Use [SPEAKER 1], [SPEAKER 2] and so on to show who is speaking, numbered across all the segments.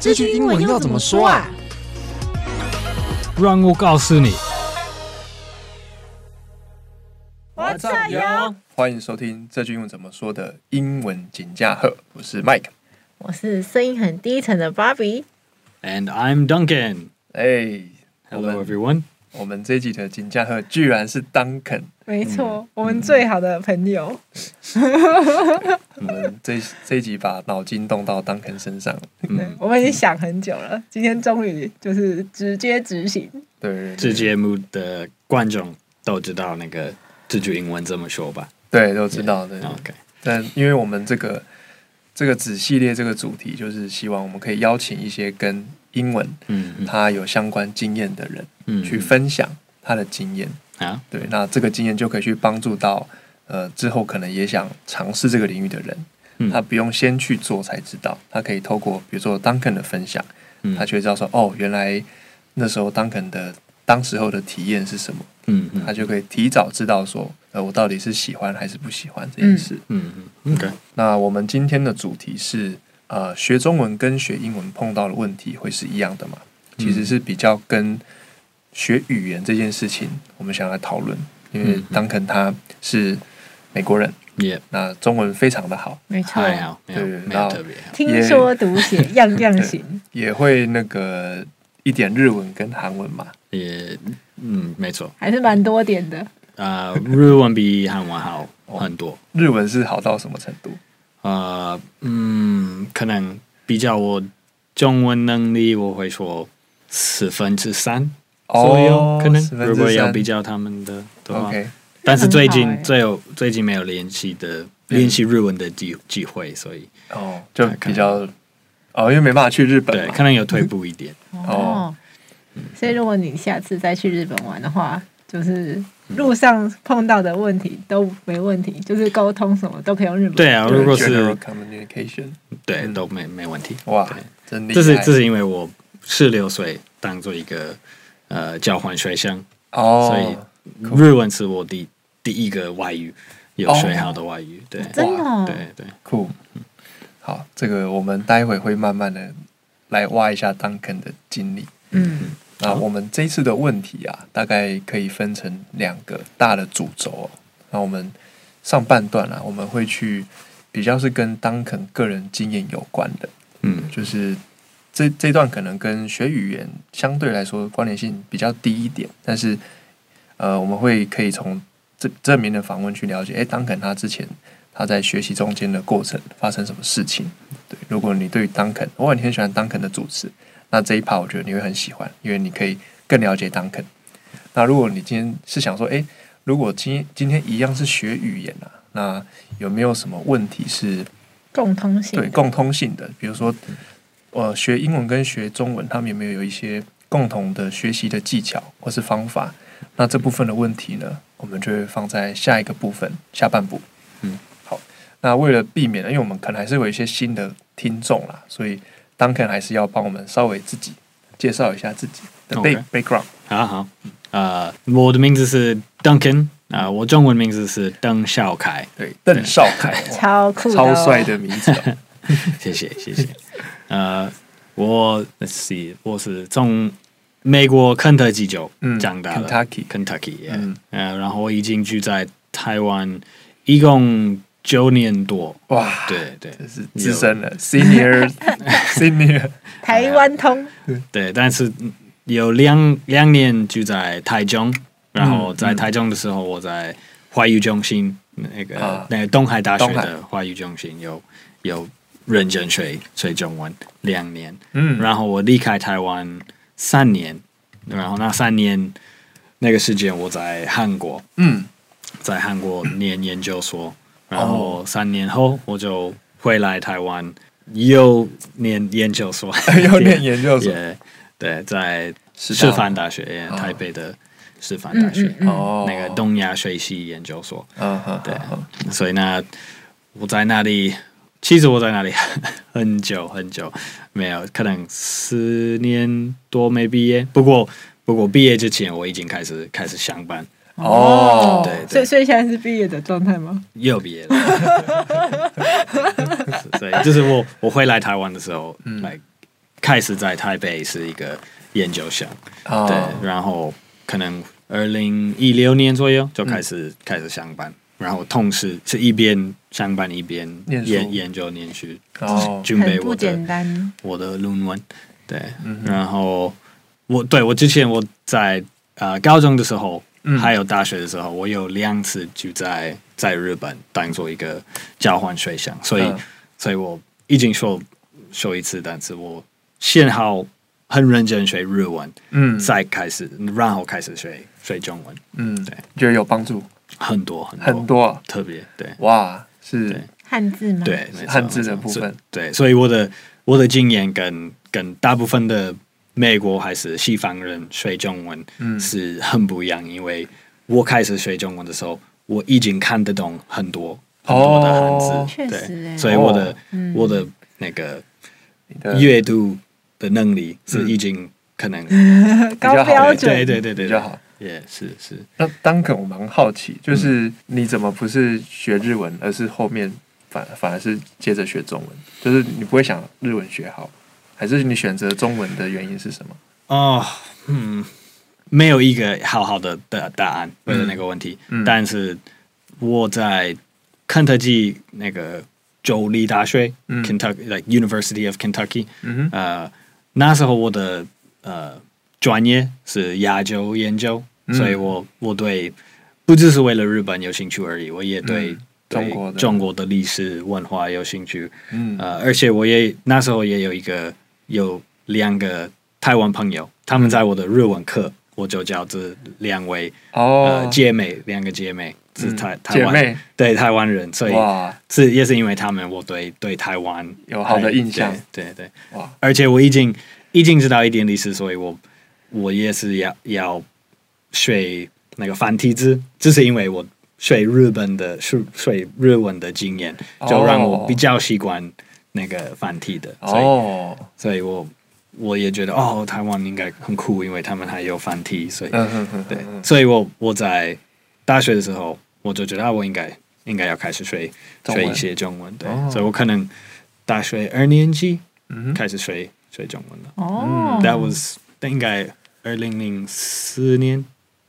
[SPEAKER 1] 这句英文要怎么说啊？
[SPEAKER 2] 让我告诉你。
[SPEAKER 3] What's up, yo？
[SPEAKER 4] 欢迎收听这句英文怎么说的英文锦驾鹤，我是 Mike。
[SPEAKER 3] 我是声音很低沉的芭比。
[SPEAKER 2] And I'm Duncan.
[SPEAKER 4] 哎，我
[SPEAKER 2] Hello,
[SPEAKER 4] 们
[SPEAKER 2] everyone.
[SPEAKER 4] 我们这一集的锦驾鹤居然是 Duncan，
[SPEAKER 3] 没错，我们最好的朋友。
[SPEAKER 4] 我们这这一集把脑筋动到 Duncan 身上了。
[SPEAKER 3] 对，
[SPEAKER 2] Mm.
[SPEAKER 3] 我们已经想很久了，今天终于就是直接执行。
[SPEAKER 4] 对对
[SPEAKER 2] 这
[SPEAKER 4] 对
[SPEAKER 2] 节目的观众都知道那个这句英文怎么说吧
[SPEAKER 4] 对，都知道的。对
[SPEAKER 2] ？OK，
[SPEAKER 4] 但因为我们这个这个子系列这个主题，就是希望我们可以邀请一些跟英文
[SPEAKER 2] 嗯嗯
[SPEAKER 4] 他有相关经验的人
[SPEAKER 2] 嗯
[SPEAKER 4] 去分享他的经验。
[SPEAKER 2] 好，
[SPEAKER 4] 对，那这个经验就可以去帮助到呃之后可能也想尝试这个领域的人，
[SPEAKER 2] 嗯
[SPEAKER 4] 他不用先去做才知道，他可以透过比如说 Duncan 的分享，
[SPEAKER 2] 嗯
[SPEAKER 4] 他就会知道说哦，原来那时候 Duncan 的当时候的体验是什么，
[SPEAKER 2] 嗯
[SPEAKER 4] 他
[SPEAKER 2] 嗯
[SPEAKER 4] 就可以提早知道说呃我到底是喜欢还是不喜欢这件事。
[SPEAKER 2] 嗯嗯，OK，
[SPEAKER 4] 那我们今天的主题是呃学中文跟学英文碰到的问题会是一样的吗？其
[SPEAKER 2] 嗯
[SPEAKER 4] 实是比较跟学语言这件事情，我们想来讨论，因为
[SPEAKER 2] 嗯
[SPEAKER 4] 当肯他是美国人，
[SPEAKER 2] 也
[SPEAKER 4] 那中文非常的好，
[SPEAKER 3] 没
[SPEAKER 1] 哎
[SPEAKER 2] 还好，没有
[SPEAKER 4] 对
[SPEAKER 2] 没
[SPEAKER 4] 然
[SPEAKER 2] 有
[SPEAKER 4] 后
[SPEAKER 2] 特别好，
[SPEAKER 3] 听说读写样 样行。
[SPEAKER 4] 也会那个一点日文跟韩文嘛。
[SPEAKER 2] 也嗯没错，
[SPEAKER 3] 还是蛮多点的，
[SPEAKER 2] 啊，日文比韩文好
[SPEAKER 4] 哦
[SPEAKER 2] 很多，
[SPEAKER 4] 日文是好到什么程度？
[SPEAKER 2] 啊，嗯，可能比较我中文能力，我会说四分之三左右，可能如果要比较
[SPEAKER 4] 较
[SPEAKER 2] 他们的的话。
[SPEAKER 4] 哦 OK，
[SPEAKER 2] 但是最近、
[SPEAKER 3] 那很好欸
[SPEAKER 2] 最有最近没有联系的联系日文的机机会，所以
[SPEAKER 4] 哦，就比较哦，因为没办法去日本
[SPEAKER 2] 对，
[SPEAKER 4] 嘛
[SPEAKER 2] 可能有退步一点。
[SPEAKER 4] 哦
[SPEAKER 3] 哦，所以如果你下次再去日本玩的话，就是路上碰到的问题都没问题，就是沟通什么都可以用日本。
[SPEAKER 2] 对，啊，
[SPEAKER 4] 对
[SPEAKER 2] 如果
[SPEAKER 4] general
[SPEAKER 2] 是
[SPEAKER 4] communication，
[SPEAKER 2] 对
[SPEAKER 4] 嗯
[SPEAKER 2] 都没没问题。
[SPEAKER 4] 哇
[SPEAKER 2] 对，
[SPEAKER 4] 真厉害！
[SPEAKER 2] 这是这是因为我十六岁当做一个呃交换学生，
[SPEAKER 4] 哦，
[SPEAKER 2] 所以日文是我第第一个外语，有学好的外语。对
[SPEAKER 3] 真的哦
[SPEAKER 2] 对对，
[SPEAKER 4] 酷。好，这个我们待会会慢慢的来挖一下 Duncan 的经历。
[SPEAKER 3] 嗯，
[SPEAKER 4] 那我们这一次的问题啊，大概可以分成两个大的主轴哦。那我们上半段啊，我们会去比较是跟 Duncan 个人经验有关的，
[SPEAKER 2] 嗯
[SPEAKER 4] 就是这这段可能跟学语言相对来说关联性比较低一点，但是呃，我们会可以从这这名的访问去了解，诶，当肯他之前他在学习中间的过程发生什么事情。对，如果你对于当肯，如果你很喜欢当肯的主持，那这一 part 我觉得你会很喜欢，因为你可以更了解当肯。那如果你今天是想说，诶，如果今今天一样是学语言啊，那有没有什么问题是
[SPEAKER 3] 共通性
[SPEAKER 4] 对共通性的，比如说，呃，学英文跟学中文，他们有没有有一些共同的学习的技巧或是方法？那这部分的问题呢，我们就会放在下一个部分下半部。
[SPEAKER 2] 嗯，
[SPEAKER 4] 好，那为了避免，因为我们可能还是有一些新的听众啦，所以 Duncan 还是要帮我们稍微自己介绍一下自己的
[SPEAKER 2] OK
[SPEAKER 4] back background。
[SPEAKER 2] 好好，呃，我的名字是 Duncan，啊、我中文名字是邓孝凯，
[SPEAKER 4] 对，邓少凯，哇
[SPEAKER 3] 超酷、哦，
[SPEAKER 4] 超帅的名字哦。
[SPEAKER 2] 谢 谢谢谢。呃，我 Let's see，我是从美国肯特基州
[SPEAKER 4] 嗯
[SPEAKER 2] 长大的、
[SPEAKER 4] ，Kentucky
[SPEAKER 2] Kentucky，、yeah
[SPEAKER 4] 嗯
[SPEAKER 2] 呃，然后我已经住在台湾一共九年多，
[SPEAKER 4] 哇，，
[SPEAKER 2] 对对
[SPEAKER 4] 这是资深了，senior senior。
[SPEAKER 3] 台湾通，
[SPEAKER 2] 对，但是嗯有两两年住在台中，然后
[SPEAKER 4] 嗯
[SPEAKER 2] 在台中的时候，我在华语中心那个、
[SPEAKER 4] 啊
[SPEAKER 2] 那个东海大学
[SPEAKER 4] 东海
[SPEAKER 2] 的华语中心有有认真学学中文两年，
[SPEAKER 4] 嗯
[SPEAKER 2] 然后我离开台湾三年，然后那三年那个时间我在韩国，
[SPEAKER 4] 嗯，，
[SPEAKER 2] 在韩国念研究所，然后三年后我就回来台湾又念研究所
[SPEAKER 4] 又念研究所
[SPEAKER 2] 也对，在
[SPEAKER 4] 师大
[SPEAKER 2] 师范大学，也
[SPEAKER 4] 哦
[SPEAKER 2] 台北的师范大学
[SPEAKER 3] 嗯，嗯
[SPEAKER 4] 哦
[SPEAKER 2] 那个，东亚学习研究所，
[SPEAKER 4] 嗯哼，
[SPEAKER 2] 对
[SPEAKER 4] 嗯哼，
[SPEAKER 2] 所以呢，我在那里，其实我在那里 很久很久，没有，可能十年多没毕业，不过。不过毕业之前，我已经开始开始上班，
[SPEAKER 4] 哦，
[SPEAKER 2] 对对
[SPEAKER 3] 所以所以现在是毕业的状态吗？
[SPEAKER 2] 又毕业
[SPEAKER 4] 嗯
[SPEAKER 2] 了，所以就是我我回来台湾的时候，来开始在台北是一个研究生，
[SPEAKER 4] 啊，
[SPEAKER 2] 对，然后可能二零一六年左
[SPEAKER 4] 嗯
[SPEAKER 2] 右就开始、开始上班，然后同时是一边上班一边
[SPEAKER 4] 念书
[SPEAKER 2] 研研究念书，
[SPEAKER 4] 哦，
[SPEAKER 2] 准
[SPEAKER 3] 很
[SPEAKER 2] 备我
[SPEAKER 3] 不
[SPEAKER 2] 的
[SPEAKER 3] 简单。
[SPEAKER 2] 我的论文，对，
[SPEAKER 4] 嗯哼
[SPEAKER 2] 然后我对我之前我在呃高中的时候，
[SPEAKER 4] 嗯
[SPEAKER 2] 还有大学的时候，我有两次就在在日本当做一个交换学生，所以、
[SPEAKER 4] 嗯
[SPEAKER 2] 所以我已经说说一次，但是我幸好很认真学日文，
[SPEAKER 4] 嗯
[SPEAKER 2] 再开始然后开始学学中文，
[SPEAKER 4] 嗯，哦
[SPEAKER 2] 对
[SPEAKER 4] 觉得有帮助
[SPEAKER 2] 很多很多
[SPEAKER 4] 很多，
[SPEAKER 2] 特别对
[SPEAKER 4] 哇，
[SPEAKER 2] 对
[SPEAKER 4] 是
[SPEAKER 3] 汉字吗？
[SPEAKER 2] 对，没错
[SPEAKER 4] 汉字的
[SPEAKER 2] 没错
[SPEAKER 4] 部分
[SPEAKER 2] 所以嗯对，所以我的我的经验跟跟大部分的美国还是西方人学中文
[SPEAKER 4] 嗯
[SPEAKER 2] 是很不一样，因为我开始学中文的时候，我已经看得懂很多很多的汉字，
[SPEAKER 4] 哦
[SPEAKER 3] 确实
[SPEAKER 2] 对，
[SPEAKER 3] 欸
[SPEAKER 2] 所以我的、
[SPEAKER 3] 嗯
[SPEAKER 2] 我的那个
[SPEAKER 4] 你的
[SPEAKER 2] 阅读的能力是
[SPEAKER 4] 嗯
[SPEAKER 2] 已经可能、
[SPEAKER 4] 较好
[SPEAKER 3] 高标准。
[SPEAKER 2] 对对对对
[SPEAKER 4] 比较好。
[SPEAKER 2] 也、是是
[SPEAKER 4] 那当肯我蛮好奇，就是你怎么不是学日文，而是后面反反而是接着学中文？就是你不会想日文学好，还是你选择中文的原因是什么？
[SPEAKER 2] 哦，嗯，没有一个好好的的答案为了那个问题，
[SPEAKER 4] 嗯
[SPEAKER 2] 但是我在肯特基那个州立大学、
[SPEAKER 4] 嗯
[SPEAKER 2] （Kentucky like University of Kentucky），
[SPEAKER 4] 嗯哼，
[SPEAKER 2] 呃，那时候我的呃专业是亚洲研究，
[SPEAKER 4] 嗯
[SPEAKER 2] 所以我我对不只是为了日本有兴趣而已，我也对、
[SPEAKER 4] 嗯
[SPEAKER 2] 对
[SPEAKER 4] 中国的
[SPEAKER 2] 中国的历史文化有兴趣。
[SPEAKER 4] 嗯
[SPEAKER 2] 呃，而且我也那时候也有一个有两个台湾朋友，他们在我的日文课，我就叫这两位、呃
[SPEAKER 4] 哦，
[SPEAKER 2] 姐妹，两个姐妹是
[SPEAKER 4] 嗯
[SPEAKER 2] 台、台
[SPEAKER 4] 姐
[SPEAKER 2] 湾
[SPEAKER 4] 妹
[SPEAKER 2] 对台湾人，所以
[SPEAKER 4] 哇
[SPEAKER 2] 是也是因为他们，我对对台湾
[SPEAKER 4] 有好的印象
[SPEAKER 2] 哎对对对，
[SPEAKER 4] 哇，
[SPEAKER 2] 而且我已经已经知道一点历史，所以我我也是要要学那个繁体字，这是因为我学日本的学学日文的经验，就让我比较习惯那个繁体的，所以、
[SPEAKER 4] 哦，
[SPEAKER 2] 所以我我也觉得哦，台湾应该很酷，因为他们还有繁体，所以、
[SPEAKER 4] 嗯哼哼，
[SPEAKER 2] 对
[SPEAKER 4] 嗯，哼
[SPEAKER 2] 所以我我在大学的时候我就觉得啊，我应该应该要开始学
[SPEAKER 4] 中文
[SPEAKER 2] 学一些中文，对，
[SPEAKER 4] 哦
[SPEAKER 2] 所以我可能大学二年级
[SPEAKER 4] 嗯哼
[SPEAKER 2] 开始学学中文了。
[SPEAKER 3] 哦，
[SPEAKER 2] That was 那应该二零零四年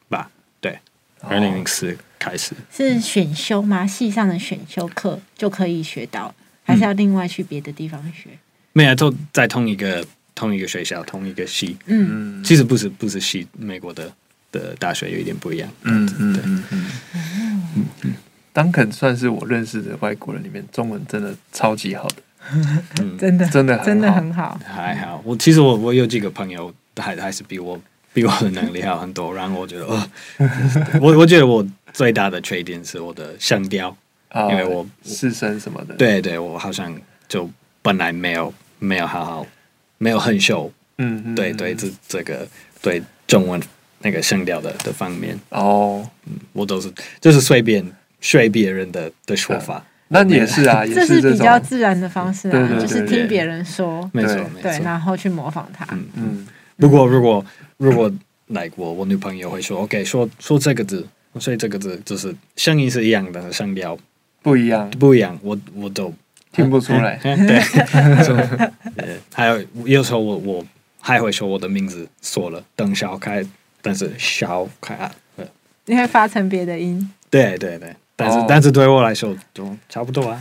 [SPEAKER 2] 吧，对，
[SPEAKER 4] 哦
[SPEAKER 2] 二零零四开始。
[SPEAKER 3] 是选修吗？系上的选修课就可以学到，还是要另外去别的地方学？
[SPEAKER 2] 没有，都在同一个同一个学校，同一个系。
[SPEAKER 3] 嗯，
[SPEAKER 4] 嗯
[SPEAKER 2] 其实不是不是系，美国的的大学有一点不一样。
[SPEAKER 4] 嗯嗯嗯嗯嗯。当肯算是我认识的外国人里面中文真的超级好的，
[SPEAKER 3] 真的
[SPEAKER 4] 真的 很好
[SPEAKER 3] 真的很好。
[SPEAKER 2] 还好，我其实我我有几个朋友还还是比我比我的能力好很多，然后我觉得，呃， 我我觉得我最大的缺点是我的声调，
[SPEAKER 4] 啊
[SPEAKER 2] 因为我
[SPEAKER 4] 四声什么的，，
[SPEAKER 2] 对对，我好像就本来没有没有好好没有很秀，
[SPEAKER 4] 嗯嗯，
[SPEAKER 2] 对
[SPEAKER 4] 嗯
[SPEAKER 2] 对，这这个对中文那个声调的的方面，
[SPEAKER 4] 哦，
[SPEAKER 2] 我都是就是随便学别人的的说法，
[SPEAKER 4] 那你也是啊，也
[SPEAKER 3] 这是
[SPEAKER 4] 这
[SPEAKER 3] 比
[SPEAKER 4] 种
[SPEAKER 3] 较自然的方式
[SPEAKER 4] 对
[SPEAKER 3] 啊
[SPEAKER 4] 对，对
[SPEAKER 3] 就是
[SPEAKER 4] 对
[SPEAKER 3] 听别人说，
[SPEAKER 2] 没错
[SPEAKER 4] 对
[SPEAKER 2] 没
[SPEAKER 3] 对，
[SPEAKER 2] 错。
[SPEAKER 3] 然后去模仿他。
[SPEAKER 2] 嗯
[SPEAKER 4] 嗯
[SPEAKER 2] 不过如果如果 like 我我女朋友会说 OK 说说这个字，所以这个字就是声音是一样的，声调
[SPEAKER 4] 不一样，
[SPEAKER 2] 不一样，我我都。
[SPEAKER 4] 听不出来
[SPEAKER 2] 对。 说呃，还有有时候我我还会说我的名字错了，邓小开，但是小开啊，呃
[SPEAKER 3] 你会发成别的音，
[SPEAKER 2] 对对对。但是
[SPEAKER 4] 哦
[SPEAKER 2] 但是对我来说就差不多 啊，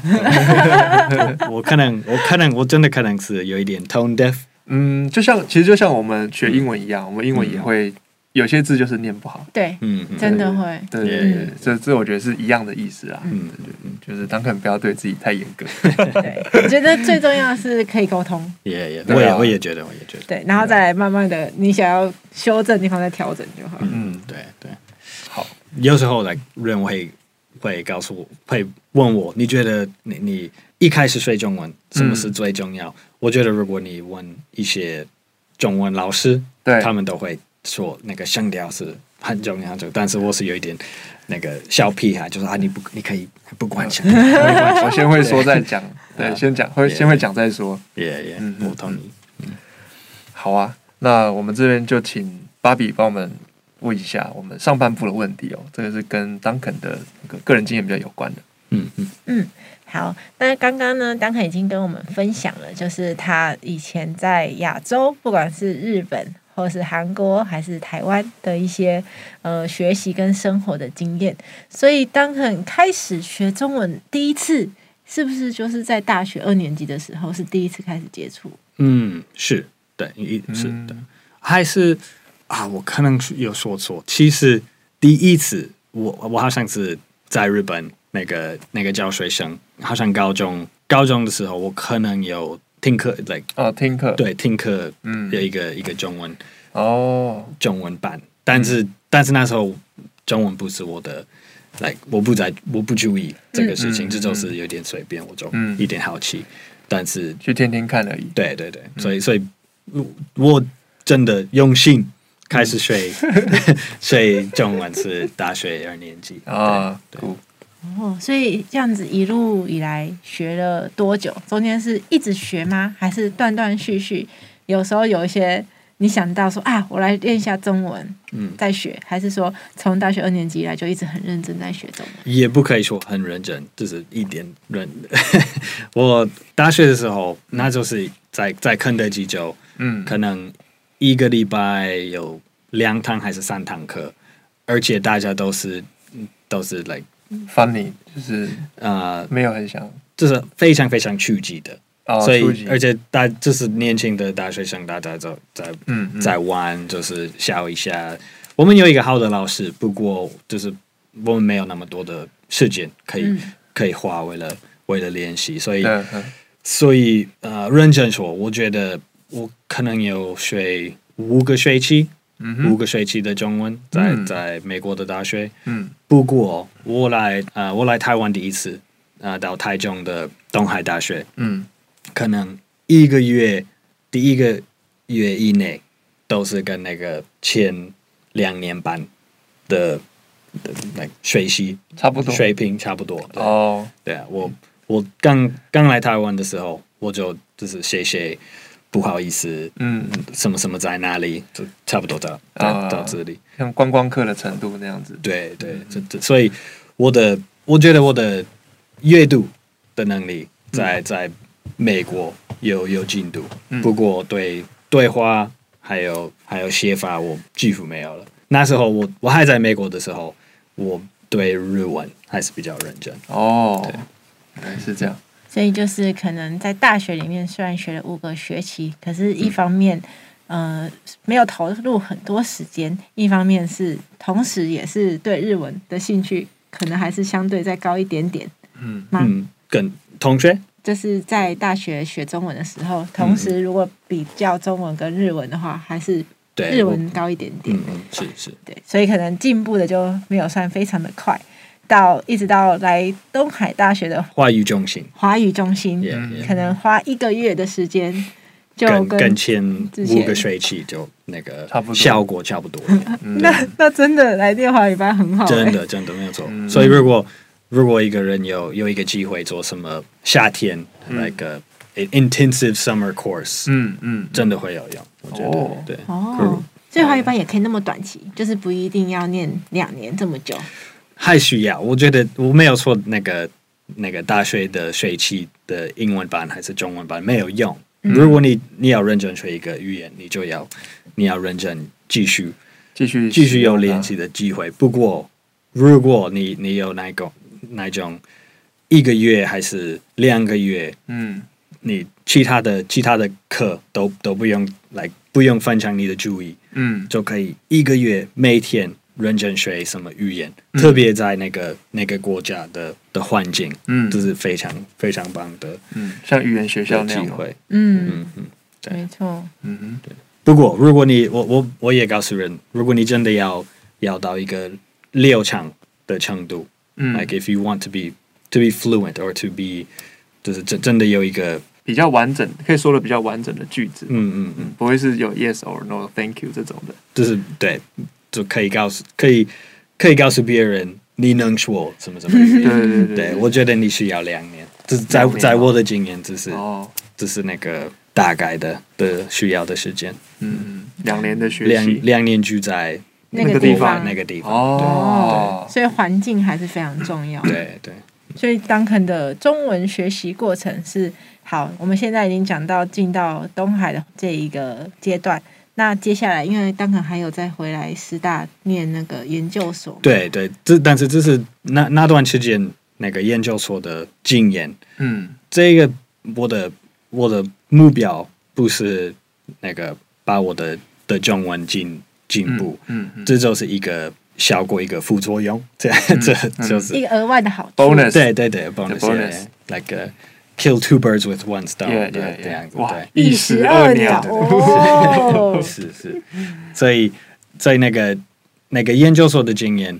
[SPEAKER 2] 对我可能我可能我真的可能是有一点 tone deaf，
[SPEAKER 4] 嗯，就像其实就像我们学英文一样，我们英文也会有些字就是念不好。
[SPEAKER 3] 对，
[SPEAKER 2] 嗯，嗯
[SPEAKER 3] 真的会。
[SPEAKER 4] 对对对对，这这我觉得是一样的意思啊。
[SPEAKER 2] 嗯
[SPEAKER 4] 就是当肯不要对自己太严 格。
[SPEAKER 3] 对，我觉得最重要的是可以沟通，
[SPEAKER 2] 也也，
[SPEAKER 4] 对
[SPEAKER 2] 我也
[SPEAKER 4] 啊
[SPEAKER 2] 我也觉得我也觉得，
[SPEAKER 3] 对，然后再来慢慢的你想要修正的地方再调整就好。
[SPEAKER 2] 嗯，对对。
[SPEAKER 4] 好，
[SPEAKER 2] 有时候来人会会告诉我，会问我，你觉得你你一开始学中文什么是最重要？我觉得如果你问一些中文老师，
[SPEAKER 4] 对
[SPEAKER 2] 他们都会说那个声调是很重要的。但是我是有一点那个小屁孩，就是啊，你不你可以不管声 调，
[SPEAKER 4] 我先会说再讲，对，
[SPEAKER 2] 啊
[SPEAKER 4] 先讲会
[SPEAKER 2] 对
[SPEAKER 4] 先会讲再说。
[SPEAKER 2] 也也
[SPEAKER 4] 嗯，嗯
[SPEAKER 2] 我同意。
[SPEAKER 4] 好啊，那我们这边就请芭比帮我们问一下我们上半部的问题哦，这个是跟当肯的那个个人经验比较有关的。
[SPEAKER 2] 嗯嗯，
[SPEAKER 3] 嗯，
[SPEAKER 5] 好，那刚刚呢，丹肯已经跟我们分享了，就是他以前在亚洲，不管是日本或是韩国还是台湾的一些呃学习跟生活的经验。所以，当肯开始学中文第一次，是不是就是在大学二年级的时候是第一次开始接触？
[SPEAKER 2] 嗯，是对，一是的，
[SPEAKER 4] 嗯
[SPEAKER 2] 还是啊，我可能有说错。其实第一次，我我好像是在日本那个那个教学生，好像高中高中的时候，我可能有听课，like
[SPEAKER 4] 哦，听课，，
[SPEAKER 2] 对听课
[SPEAKER 4] 嗯
[SPEAKER 2] 的一个、一个中文
[SPEAKER 4] 哦，
[SPEAKER 2] 中文班，但是、但是那时候中文不是我的。like 我不在，我不注意这个事情，
[SPEAKER 4] 嗯
[SPEAKER 2] 这就是有点随便，我就
[SPEAKER 4] 嗯
[SPEAKER 2] 一点好奇。但是
[SPEAKER 4] 去天天看而已。
[SPEAKER 2] 对对对，
[SPEAKER 4] 嗯
[SPEAKER 2] 所以所以我我真的用心开始 学学中文是大学二年级
[SPEAKER 4] 啊，
[SPEAKER 2] 对
[SPEAKER 4] 酷
[SPEAKER 5] 哦，所以这样子一路以来学了多久？中间是一直学吗？还是断断续续？有时候有一些你想到说啊，我来练一下中文，
[SPEAKER 2] 嗯
[SPEAKER 5] 再学，还是说从大学二年级以来就一直很认真在学中文？
[SPEAKER 2] 也不可以说很认真，就是一点认。 我大学的时候，那就是在在肯德基州，
[SPEAKER 4] 嗯，
[SPEAKER 2] 可能一个礼拜有两堂还是三堂课，而且大家都是都是 like
[SPEAKER 4] 翻你就是
[SPEAKER 2] 呃，
[SPEAKER 4] 没有很想
[SPEAKER 2] 就是非常非常刺激的。
[SPEAKER 4] 哦，
[SPEAKER 2] 所
[SPEAKER 4] 初级
[SPEAKER 2] 以而且大就是年轻的大学生，大家在在
[SPEAKER 4] 嗯嗯
[SPEAKER 2] 在玩，就是笑一下。我们有一个好的老师，不过就是我们没有那么多的时间可以、
[SPEAKER 5] 嗯
[SPEAKER 2] 可以花为了为了练习，所以
[SPEAKER 4] 对，嗯
[SPEAKER 2] 所以呃，认真说，我觉得我可能有学五个学期，
[SPEAKER 4] 嗯
[SPEAKER 2] 五
[SPEAKER 4] 哼
[SPEAKER 2] 个学期的中文，在
[SPEAKER 4] 嗯
[SPEAKER 2] 在美国的大学，
[SPEAKER 4] 嗯
[SPEAKER 2] 不过我来呃我来台湾第一次，呃到台中的东海大学，
[SPEAKER 4] 嗯
[SPEAKER 2] 可能一个月第一个月以内都是跟那个前两年班的的那个学习
[SPEAKER 4] 差不多
[SPEAKER 2] 水平差不多。对
[SPEAKER 4] 哦，
[SPEAKER 2] 对啊，我我刚刚来台湾的时候，我就就是谢谢，不好意思，
[SPEAKER 4] 嗯，
[SPEAKER 2] 什么什么在哪里，就差不多到到
[SPEAKER 4] 啊
[SPEAKER 2] 到这里。
[SPEAKER 4] 像观光客的程度那样子，
[SPEAKER 2] 对对，这这，所以我的我觉得我的阅读的能力在、在美国有有进度，
[SPEAKER 4] 嗯
[SPEAKER 2] 不过对对话还有还有写法我几乎没有了。那时候我我还在美国的时候，我对日文还是比较认真。
[SPEAKER 4] 哦
[SPEAKER 2] 对，
[SPEAKER 4] 原来是这样，
[SPEAKER 5] 所以就是可能在大学里面虽然学了五个学期，可是一方面、呃没有投入很多时间，一方面是同时也是对日文的兴趣可能还是相对再高一点点
[SPEAKER 4] 嗯
[SPEAKER 5] 吗？
[SPEAKER 2] 嗯，跟同学
[SPEAKER 5] 就是在大学学中文的时候，同
[SPEAKER 2] 嗯
[SPEAKER 5] 时如果比较中文跟日文的话，还是
[SPEAKER 2] 对
[SPEAKER 5] 日
[SPEAKER 2] 我
[SPEAKER 5] 文高一点点。
[SPEAKER 2] 嗯嗯是是
[SPEAKER 5] 对，所以可能进步的就没有算非常的快，到一直到来东海大学的
[SPEAKER 2] 话语中心
[SPEAKER 5] 华语中心，
[SPEAKER 2] ，yeah,
[SPEAKER 4] 嗯
[SPEAKER 2] yeah
[SPEAKER 5] 可能花一个月的时间就
[SPEAKER 2] 跟
[SPEAKER 5] 跟
[SPEAKER 2] 跟前
[SPEAKER 5] 之前
[SPEAKER 2] 五个学期就那个
[SPEAKER 4] 差不多
[SPEAKER 2] 效果差不多。
[SPEAKER 4] 嗯
[SPEAKER 5] 那那真的来电华语班很好、欸，
[SPEAKER 2] 真的真的没有错。
[SPEAKER 4] 嗯
[SPEAKER 2] 所以如果如果一个人有有一个机会做什么夏天、那个 intensive summer course，、
[SPEAKER 4] 嗯嗯，
[SPEAKER 2] 真的会有用，我觉得、
[SPEAKER 4] 哦
[SPEAKER 2] 对。
[SPEAKER 5] 哦。所以华语班也可以那么短期，就是不一定要念两年这么久。
[SPEAKER 2] 还需要，我觉得我没有错，那个那个大学的学期的英文版还是中文版没有用。如果你你要认真学一个语言，你就要你要认真继续
[SPEAKER 4] 继续啊
[SPEAKER 2] 继续有练习的机会。不过，如果你你有那个那种一个月还是两个月，
[SPEAKER 4] 嗯，
[SPEAKER 2] 你其他的其他的课都都不用来不用分享你的注意，
[SPEAKER 4] 嗯嗯，
[SPEAKER 2] 就可以一个月每天认真学什么语言，特别在那个那个国家的的环境，
[SPEAKER 4] 嗯
[SPEAKER 2] 这是非常非常棒的
[SPEAKER 4] 嗯，像语言学
[SPEAKER 2] 的
[SPEAKER 4] 校那
[SPEAKER 2] 机
[SPEAKER 4] 样嘛，
[SPEAKER 2] 会。
[SPEAKER 5] 嗯，
[SPEAKER 2] 嗯嗯。对
[SPEAKER 5] 没错。
[SPEAKER 4] 嗯哼，
[SPEAKER 2] 不过，如果你我我我也告诉人，如果你真的要要到一个六强的程度，
[SPEAKER 4] 嗯
[SPEAKER 2] Like if you want to be to be fluent or to be 就是真真的有一个
[SPEAKER 4] 比较完整，可以说的比较完整的句子，
[SPEAKER 2] 嗯嗯嗯，
[SPEAKER 4] 嗯，不会是有 yes or no thank you 这种的，
[SPEAKER 2] 就是对，就可以告诉可以可以告诉别人你能说什么什么语
[SPEAKER 4] 对对
[SPEAKER 2] 言。
[SPEAKER 4] 对
[SPEAKER 2] 对，
[SPEAKER 4] 对对，
[SPEAKER 2] 我觉得你需要两年，这是在
[SPEAKER 4] 两年
[SPEAKER 2] 在我的经验，这是
[SPEAKER 4] 哦，
[SPEAKER 2] 这是那个大概的的需要的时间，
[SPEAKER 4] 嗯，两年的学
[SPEAKER 2] 两
[SPEAKER 4] 习，
[SPEAKER 2] 两年住在
[SPEAKER 5] 那个
[SPEAKER 4] 个
[SPEAKER 2] 国
[SPEAKER 4] 地
[SPEAKER 2] 外
[SPEAKER 5] 方
[SPEAKER 2] 那个地方。
[SPEAKER 4] 哦，
[SPEAKER 5] 所以环境还是非常重要。
[SPEAKER 2] 对对，
[SPEAKER 5] 所以 Duncan 的中文学习过程是好，我们现在已经讲到进到东海的这一个阶段。那接下来，因为 Duncan 还有再回来师大念那个研究所嘛，
[SPEAKER 2] 对对，这但是这是那那段期间那个研究所的经验。
[SPEAKER 4] 嗯
[SPEAKER 2] 这个我的我的目标不是那个把我的的中文进进
[SPEAKER 4] 嗯
[SPEAKER 2] 步，
[SPEAKER 4] 嗯嗯
[SPEAKER 2] 这就是一个效果，一个副作用。这这就是
[SPEAKER 5] 一个额外的好处。
[SPEAKER 4] ，bonus
[SPEAKER 2] 对对对，bonus
[SPEAKER 4] bonus
[SPEAKER 2] yeah, like uh, kill two birds with one stone，
[SPEAKER 4] Yeah,
[SPEAKER 2] 对
[SPEAKER 4] yeah,
[SPEAKER 2] 这
[SPEAKER 4] yeah.
[SPEAKER 2] 样子，
[SPEAKER 4] 哇
[SPEAKER 2] 对，，
[SPEAKER 4] 一石二鸟
[SPEAKER 5] 哦
[SPEAKER 2] 是是，所以在那个那个研究所的经验，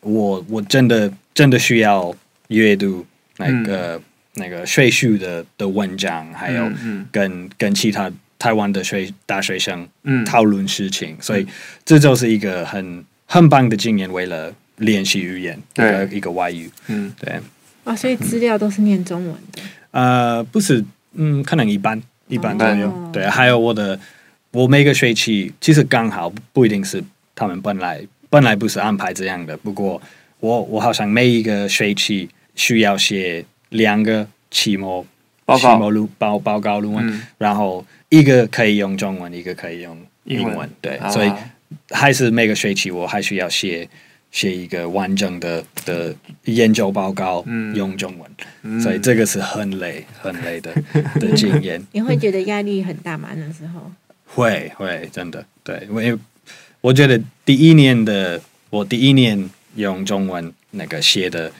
[SPEAKER 2] 我我真的真的需要阅读那个、那个学术的的文章，还有
[SPEAKER 4] 嗯嗯
[SPEAKER 2] 跟、跟其他台湾的学大学生
[SPEAKER 4] 嗯
[SPEAKER 2] 讨论事情，所以这就是一个很很棒的经验，为了练习语言，一
[SPEAKER 4] 对
[SPEAKER 2] 个一个外语，
[SPEAKER 4] 嗯
[SPEAKER 2] 对，
[SPEAKER 5] 啊，所以资料都是念中文 的。
[SPEAKER 2] 呃，不是，嗯，可能一般一般左右。
[SPEAKER 5] 哦
[SPEAKER 2] 嗯对，还有我的，我每个学期其实刚好不一定是他们本来本来不是安排这样的，不过我我好像每一个学期需要写两个期末
[SPEAKER 4] 报告
[SPEAKER 2] 期末论报报告论文，
[SPEAKER 4] 嗯
[SPEAKER 2] 然后一个可以用中文，一个可以用
[SPEAKER 4] 英
[SPEAKER 2] 英
[SPEAKER 4] 文
[SPEAKER 2] 文，对，
[SPEAKER 4] 啊
[SPEAKER 2] 所以还是每个学期我还需要写。写一个完整的的研究报告，
[SPEAKER 4] 嗯
[SPEAKER 2] 用中文，
[SPEAKER 4] 嗯
[SPEAKER 2] 所以这个是很累、很累的的经 验。
[SPEAKER 5] 你会觉得压力很大吗？那时候
[SPEAKER 2] 会会，真的对，因为我觉得第一年的我第一年用中文那个写的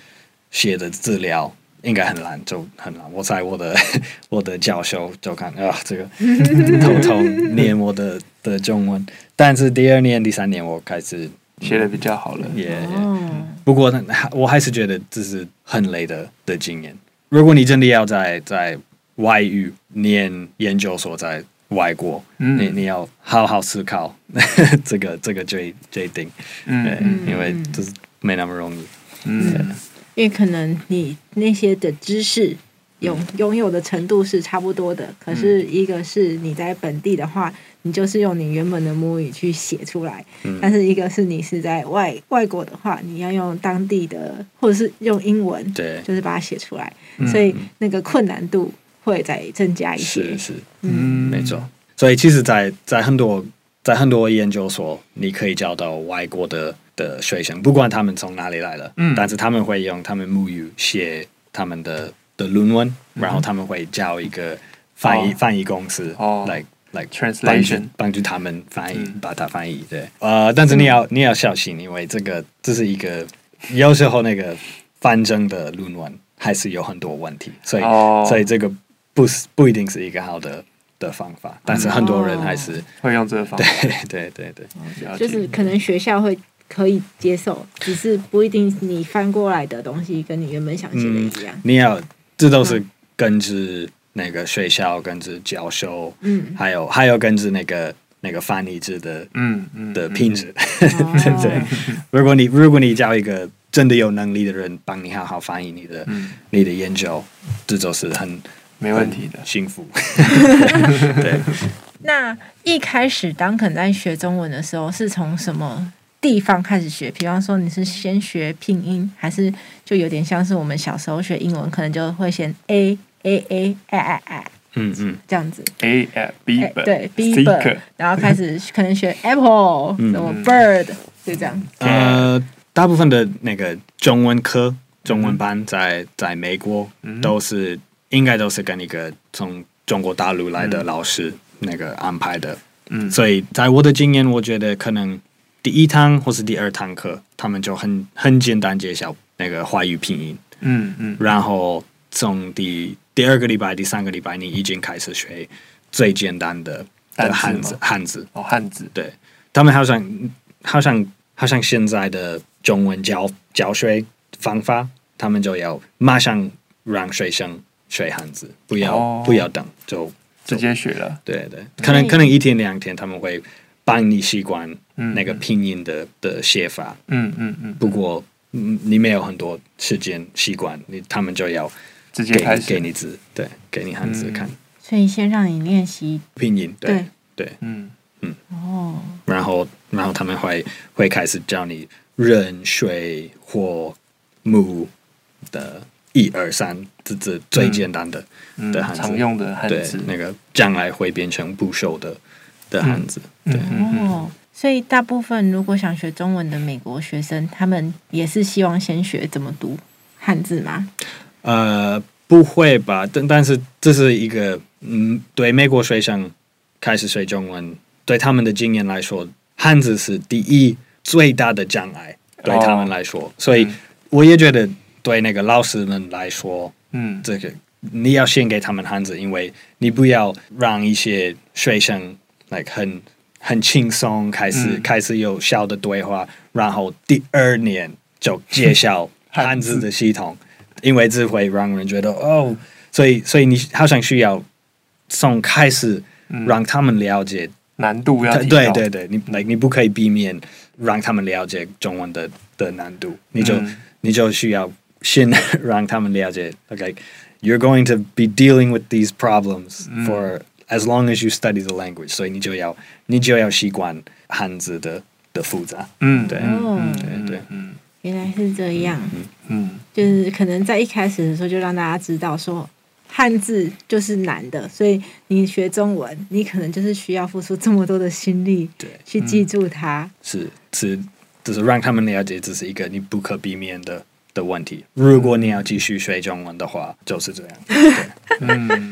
[SPEAKER 2] 写的资料应该很难，就很难。我在我的 我的教授就看啊，这 个偷偷念我的的中文，但是第二年、第三年我开始
[SPEAKER 4] 写的比较好了，
[SPEAKER 2] 也。
[SPEAKER 5] 哦，
[SPEAKER 2] 不过呢，还我还是觉得这是很累的的经验。如果你真的要在在外语念研究所，在外国，
[SPEAKER 4] 嗯
[SPEAKER 2] 你你要好好思考 这个这个决决定，对，
[SPEAKER 4] 嗯
[SPEAKER 2] 因为就是没那么容易。
[SPEAKER 4] 嗯
[SPEAKER 5] 因为可能你那些的知识拥
[SPEAKER 2] 嗯
[SPEAKER 5] 拥有的程度是差不多的，可是一个是你在本地的话，你就是用你原本的母语去写出来，
[SPEAKER 2] 嗯
[SPEAKER 5] 但是一个是你是在外外国的话，你要用当地的或者是用英文，
[SPEAKER 2] 对嗯
[SPEAKER 5] 就是把它写出来，所以那个困难度会再增加一些
[SPEAKER 2] 是。是，
[SPEAKER 4] 嗯
[SPEAKER 2] 没错。所以其实在，在很多在很多研究所，你可以找到外国的的学生，不管他们从哪里来的，
[SPEAKER 4] 嗯
[SPEAKER 2] 但是他们会用他们母语写他们的的论文，然后他们会叫一个翻译、
[SPEAKER 4] 嗯哦
[SPEAKER 2] 翻译公司、
[SPEAKER 4] 哦
[SPEAKER 2] 来来
[SPEAKER 4] Translation
[SPEAKER 2] 帮助帮助他们翻译，
[SPEAKER 4] 嗯
[SPEAKER 2] 把它翻译对。呃，但是你要、你要小心，因为这个这是一个有时候那个翻正的论文还是有很多问题，所以、
[SPEAKER 4] 哦
[SPEAKER 2] 所以这个不是不一定是一个好的的方
[SPEAKER 4] 嗯
[SPEAKER 2] 法，但是很多人还是、
[SPEAKER 4] 会用这个方法，
[SPEAKER 2] 对对对，
[SPEAKER 4] 了解
[SPEAKER 5] 就是可能学校会可以接受，只是不一定你翻过来的东西跟你原本想写的一样。
[SPEAKER 2] 你要这都是根据那个学校、根据教授，
[SPEAKER 5] 嗯
[SPEAKER 2] 还有还有根据那个那个翻译制的
[SPEAKER 4] 嗯嗯
[SPEAKER 2] 的
[SPEAKER 4] 嗯
[SPEAKER 2] 品质，
[SPEAKER 5] 哦
[SPEAKER 2] 对对。如果你如果你叫一个真的有能力的人帮你好好翻译你的、
[SPEAKER 4] 嗯
[SPEAKER 2] 你的研究，这就是很
[SPEAKER 4] 没问题的
[SPEAKER 2] 很，幸 福。
[SPEAKER 5] 那一开始当肯在学中文的时候，是从什么地方开始学？比方说，你是先学拼音，还是就有点像是我们小时候学英文，可能就会先 a a a a a a
[SPEAKER 2] 嗯嗯，
[SPEAKER 5] 这样子。
[SPEAKER 4] A F B
[SPEAKER 5] 哎
[SPEAKER 4] 本
[SPEAKER 5] 对
[SPEAKER 4] C
[SPEAKER 5] ，B
[SPEAKER 4] 本
[SPEAKER 5] 本，然后开始可能学 apple，
[SPEAKER 2] 嗯
[SPEAKER 5] 什么 bird，就这样。
[SPEAKER 2] 呃，大部分的那个中文科、中文班在在美国
[SPEAKER 4] 嗯
[SPEAKER 2] 都是应该都是跟一个从中国大陆来的
[SPEAKER 4] 嗯
[SPEAKER 2] 老师那个安排的，
[SPEAKER 4] 嗯
[SPEAKER 2] 所以在我的经验，我觉得可能第一堂或是第二堂课，他们就很很简单介绍那个华语拼音，
[SPEAKER 4] 嗯嗯
[SPEAKER 2] 然后从第第二个礼拜、第三个礼拜，你已经开始学最简单的
[SPEAKER 4] 单
[SPEAKER 2] 的
[SPEAKER 4] 字
[SPEAKER 2] 汉
[SPEAKER 4] 吗
[SPEAKER 2] 字汉字，
[SPEAKER 4] 哦汉字
[SPEAKER 2] 对他们好像好像好像现在的中文教教学方法，他们就要马上让学生学汉字，不要、
[SPEAKER 4] 哦嗯
[SPEAKER 2] 不要等，就
[SPEAKER 4] 直接学了，
[SPEAKER 2] 对对，可能可能一天两天他们会帮你习惯
[SPEAKER 4] 嗯
[SPEAKER 2] 那个拼音的、的写法，
[SPEAKER 4] 嗯嗯嗯，
[SPEAKER 2] 不过。嗯你没有很多时间习惯，你他们就要
[SPEAKER 4] 直接
[SPEAKER 2] 给
[SPEAKER 4] 开
[SPEAKER 2] 你
[SPEAKER 4] 始嗯
[SPEAKER 2] 给你字，对，给你汉字看、
[SPEAKER 5] 所以先让你练习
[SPEAKER 2] 拼音，对
[SPEAKER 5] 对
[SPEAKER 2] 对，
[SPEAKER 4] 嗯
[SPEAKER 5] 哦，
[SPEAKER 2] 然后然后他们会会开始教你人、水、火、木的一二三，这这最简单的、
[SPEAKER 4] 嗯
[SPEAKER 2] 的汉字
[SPEAKER 4] 常用的汉
[SPEAKER 2] 对
[SPEAKER 4] 字，
[SPEAKER 2] 那个将来会变成不朽的的汉字。
[SPEAKER 4] 嗯
[SPEAKER 2] 对，
[SPEAKER 5] 哦，所以大部分如果想学中文的美国学生，他们也是希望先学怎么读汉字吗？
[SPEAKER 2] 呃，不会吧？但但是这是一个，嗯，对美国学生开始学中文，对他们的经验来说，汉字是第一最大的障碍，对他们来说。所以
[SPEAKER 4] 嗯
[SPEAKER 2] 我也觉得，对那个老师们来说，
[SPEAKER 4] 嗯，
[SPEAKER 2] 这个你要先给他们汉字，因为你不要让一些学生 like 很很轻松开始、
[SPEAKER 4] 嗯
[SPEAKER 2] 开始有效的对话，然后第二年就揭晓汉字的系统，因为这会让人觉得哦，所以所以你好像需要从开始
[SPEAKER 4] 嗯
[SPEAKER 2] 让他们了解，
[SPEAKER 4] 难度要
[SPEAKER 2] 他
[SPEAKER 4] 提
[SPEAKER 2] 对
[SPEAKER 4] 高
[SPEAKER 2] 对对，你 like 你不可以避免让他们了解中文的的难度，你就。
[SPEAKER 4] 嗯
[SPEAKER 2] 你就需要先 让他们了解，OK。You're going to be dealing with these problems
[SPEAKER 4] 嗯
[SPEAKER 2] for as long as you study the language，、所以你就要你就要习惯汉字的的复杂。
[SPEAKER 4] 嗯，
[SPEAKER 2] 对
[SPEAKER 4] 嗯
[SPEAKER 2] 对对
[SPEAKER 4] 嗯
[SPEAKER 5] 原来是这样，
[SPEAKER 4] 嗯
[SPEAKER 5] 就是可能在一开始的时候就让大家知道说。汉字就是难的，所以你学中文，你可能就是需要付出这么多的心力
[SPEAKER 2] 对，
[SPEAKER 5] 去记住它。
[SPEAKER 2] 是是，就是让他们了解这是一个你不可避免的的问题。如果你要继续学中文的话，就是这样。对。
[SPEAKER 4] 嗯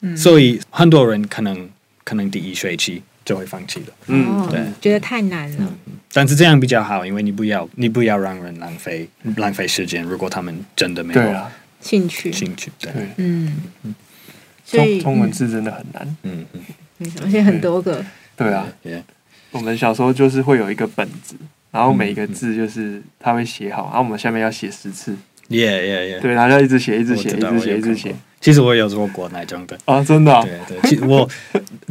[SPEAKER 2] 对，所以很多人可能可能第一学期就会放弃了，
[SPEAKER 4] 嗯，
[SPEAKER 2] 对
[SPEAKER 5] 哦，觉得太难了。
[SPEAKER 2] 但是这样比较好，因为你不要你不要让人浪费浪费时间，如果他们真的没
[SPEAKER 4] 对
[SPEAKER 2] 有
[SPEAKER 4] 啊，
[SPEAKER 5] 兴趣，
[SPEAKER 2] 兴趣，对，
[SPEAKER 4] 对，
[SPEAKER 5] 嗯，所
[SPEAKER 4] 中
[SPEAKER 5] 以
[SPEAKER 4] 中文字真的很难。
[SPEAKER 2] 嗯嗯，
[SPEAKER 5] 没什么，而且很多个，
[SPEAKER 4] 对啊，
[SPEAKER 2] 也
[SPEAKER 4] 我们小时候就是会有一个本子，然
[SPEAKER 2] 嗯
[SPEAKER 4] 后每一个字就是他会写好，然后我们下面要写十次，
[SPEAKER 2] 也也也，
[SPEAKER 4] 对，然后要一直写，一直
[SPEAKER 2] 我
[SPEAKER 4] 写，
[SPEAKER 2] 知
[SPEAKER 4] 一
[SPEAKER 2] 道
[SPEAKER 4] 直写，一直。
[SPEAKER 2] 我有看
[SPEAKER 4] 写
[SPEAKER 2] 过。其实我有做过那种的，
[SPEAKER 4] 啊，真的啊，
[SPEAKER 2] 对对，其实我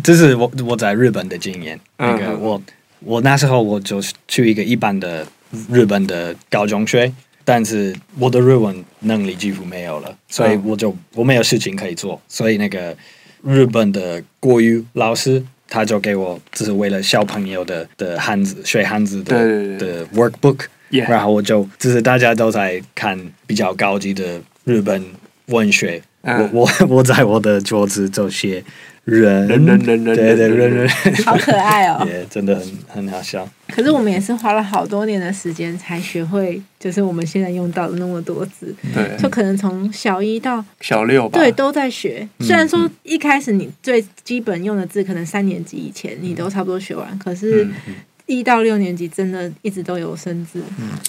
[SPEAKER 2] 这是我我在日本的经验。那
[SPEAKER 4] 嗯
[SPEAKER 2] 个
[SPEAKER 4] 嗯
[SPEAKER 2] 我我那时候我就去一个一般的日本的高中学，但是我的日文能力几乎没有了，所以
[SPEAKER 4] 嗯
[SPEAKER 2] 我就我没有事情可以做，所以那个日本的国语老师。他就给我，这是为了小朋友的的汉字学汉字的
[SPEAKER 4] 对对对
[SPEAKER 2] 的 workbook，
[SPEAKER 4] Yeah
[SPEAKER 2] 然后我就就是大家都在看比较高级的日本文学，
[SPEAKER 4] 嗯
[SPEAKER 2] 我我我在我的桌子就写人
[SPEAKER 4] 人人人人
[SPEAKER 2] 对对
[SPEAKER 4] 人
[SPEAKER 2] 人
[SPEAKER 4] 人
[SPEAKER 2] 人，。
[SPEAKER 5] 好可爱哦
[SPEAKER 2] 也真的很很好笑。
[SPEAKER 5] 可是我们也是花了好多年的时间才学会，就是我们现在用到的那么多字，
[SPEAKER 4] 嗯对，
[SPEAKER 5] 就可能从小一到
[SPEAKER 4] 小六吧，嗯
[SPEAKER 5] 对都在学。虽然说一开始你最基本用的字，可能三年级以前你都差不多学完，可是
[SPEAKER 4] 嗯
[SPEAKER 5] 一到六年级真的一直都有生字。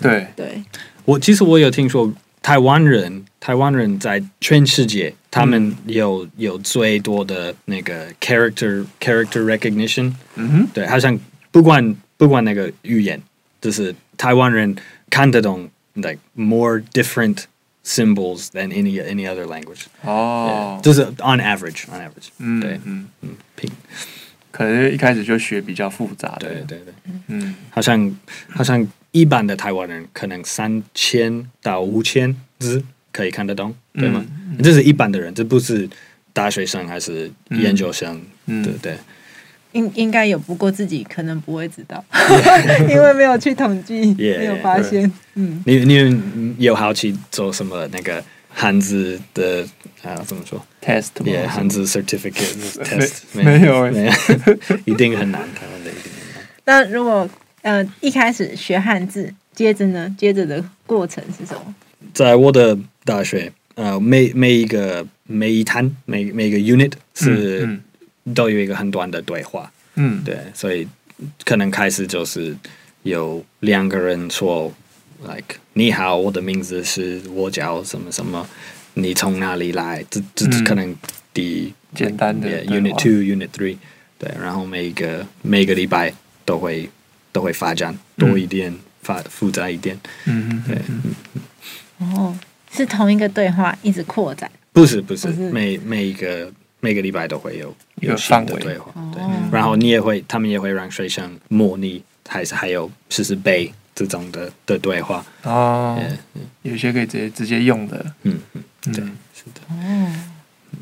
[SPEAKER 4] 对，
[SPEAKER 5] 对，
[SPEAKER 2] 我其实我有听说台湾人，台湾人在全世界，他们有、有最多的那个 character character recognition，
[SPEAKER 4] 嗯
[SPEAKER 2] 对，好像不管不管那个语言，就是台湾人看得懂 like more different symbols than any any other language，、
[SPEAKER 4] 哼，哦，
[SPEAKER 2] 就是 on average on average，
[SPEAKER 4] 嗯
[SPEAKER 2] 对，
[SPEAKER 4] 嗯，
[SPEAKER 2] 嗯，平，
[SPEAKER 4] 可能一开始就学比较复杂的，
[SPEAKER 2] 对对对。
[SPEAKER 4] 嗯，
[SPEAKER 2] 好像好像一般的台湾人可能三千到五千字可以看得懂，
[SPEAKER 4] 嗯
[SPEAKER 2] 对吗？这是一般的人，这不是大学生还是研究生，
[SPEAKER 4] 嗯
[SPEAKER 2] 对不对？
[SPEAKER 5] 应应该有，不过自己可能不会知 道。
[SPEAKER 3] 因为没有去统计，
[SPEAKER 2] Yeah,
[SPEAKER 3] 没有发现。嗯，
[SPEAKER 2] 你你有好奇做什么那个汉字的啊？怎么说？
[SPEAKER 4] test
[SPEAKER 2] 也
[SPEAKER 4] 嘛
[SPEAKER 2] 汉字 certificate test
[SPEAKER 4] 没没有
[SPEAKER 2] 没有， 一定很难，台湾的一定很难。
[SPEAKER 5] 那如果呃一开始学汉字，接着呢，接着的过程是什么？
[SPEAKER 2] 在我的大学，呃，每每一个每一摊每每一个 unit 是、
[SPEAKER 4] 嗯
[SPEAKER 2] 都有一个很短的对话，
[SPEAKER 4] 嗯，
[SPEAKER 2] 对，所以可能开始就是有两个人说，like 你好，我的名字是我叫什么什么，你从哪里来？这这这
[SPEAKER 4] 嗯
[SPEAKER 2] 可能第
[SPEAKER 4] 简单的
[SPEAKER 2] yeah,
[SPEAKER 4] 对
[SPEAKER 2] unit
[SPEAKER 4] 话
[SPEAKER 2] two unit three，对，然后每一个每个礼拜都会都会发展多一点，发复杂一点，
[SPEAKER 4] 嗯
[SPEAKER 2] 对，
[SPEAKER 4] 嗯
[SPEAKER 2] 嗯
[SPEAKER 5] 哦，是同一个对话一直扩展。
[SPEAKER 2] 不是不是，
[SPEAKER 5] 不是
[SPEAKER 2] 每每一个每个礼拜都会有
[SPEAKER 4] 一个
[SPEAKER 2] 有新
[SPEAKER 4] 范
[SPEAKER 2] 的
[SPEAKER 4] 围
[SPEAKER 2] 对话，对。
[SPEAKER 5] 哦，
[SPEAKER 2] 然后你也会，他们也会让学生模拟，还是还有试试背这种的的对话。
[SPEAKER 4] 哦，
[SPEAKER 2] 嗯
[SPEAKER 4] 有些可以直接直接用的，
[SPEAKER 2] 嗯嗯，
[SPEAKER 4] 嗯
[SPEAKER 2] 对，是的。
[SPEAKER 3] 嗯